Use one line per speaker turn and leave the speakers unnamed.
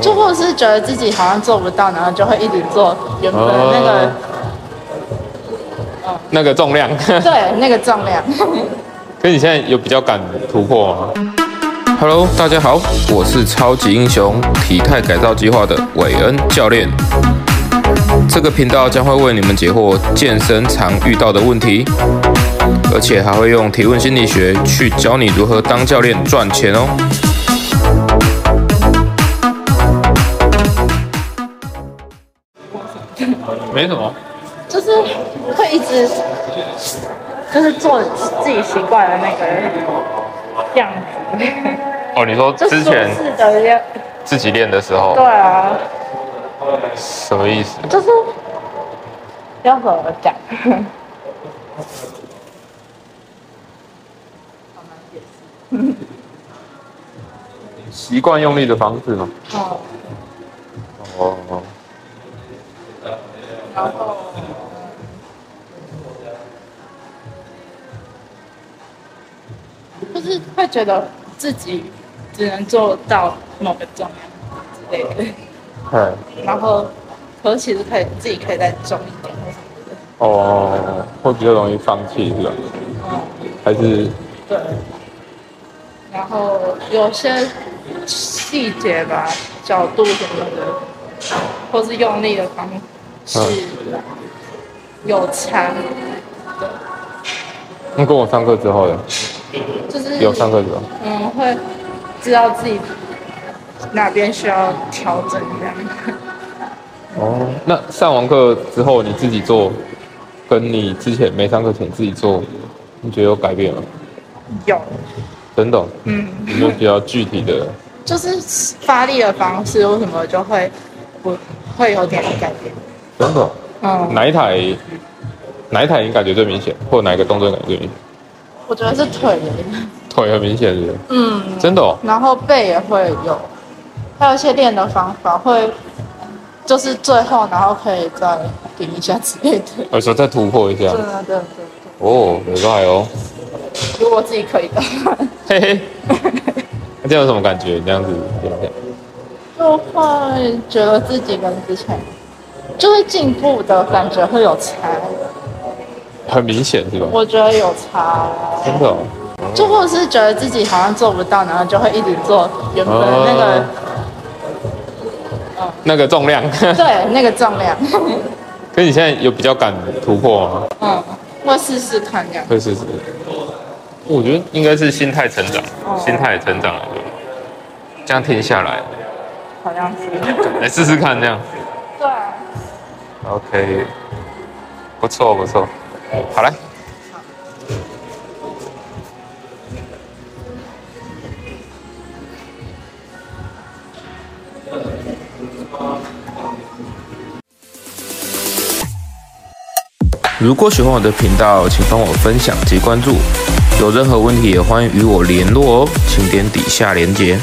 就或者是觉得自己好像做不到，然后就会一直做原本的那个、
哦那个重量。
对那个重量。
可是你现在有比较敢突破吗？
Hello，大家好，我是超级英雄体态改造计划的韦恩教练。这个频道将会为你们解惑健身常遇到的问题，而且还会用提问心理学去教你如何当教练赚钱哦。
没什么，
就是会一直就是做自己习惯的那个样子，
哦，你说
就
之
舒
前
适的样。
自己练的时候
对，啊，
什么意思？
就是要怎么讲？
习惯用力的方式吗？
哦，
哦，哦
然后就是会觉得自己只能做到某个重量之类的，
嗯，
然后可是其实可以自己可以再重一点或什么的。
哦，会比较容易放弃是吧？还是
对，然后有些细节吧，角度什么的，或是用力的方式
嗯
有差，
那跟我上课之后的，
就是
有上课之后，
嗯会知道自己哪边需要调整这样。
哦，那上完课之后你自己做，跟你之前没上课前自己做，你觉得有改变吗？
有，
等等，
嗯，
有没有比较具体的？
就是发力的方式或什么就会不会有点改变。
等等，
嗯，
哪一台？哪一台你感觉最明显，或哪一个动作感觉最明显？
我觉得是腿，
腿很明显是不是？
嗯，
真的哦，
然后背也会有，嗯还有一些练的方法会，就是最后然后可以再顶一下之类的。
我说再突破一下
对。对对对，
哦，有厉害哦，
如果自己可以的，
嘿嘿。那这样有什么感觉？你这样子讲讲，
就会觉得自己跟之前就是进步的感觉会有差，
很明显是吧？
我觉得有差，
真的哦，
就或者是觉得自己好像做不到，然后就会一直做原本的那个、
那个重量。
对那个重量，
可是你现在有比较敢突破吗？
嗯，我试试看这样。
会是，我觉得应该是心态成长，心态成长来的。这样停下来，
好像是，
来试试看这样。
对啊，
OK，不错不错，好来。
如果喜欢我的频道，请帮我分享及关注。有任何问题也欢迎与我联络哦，请点底下连结。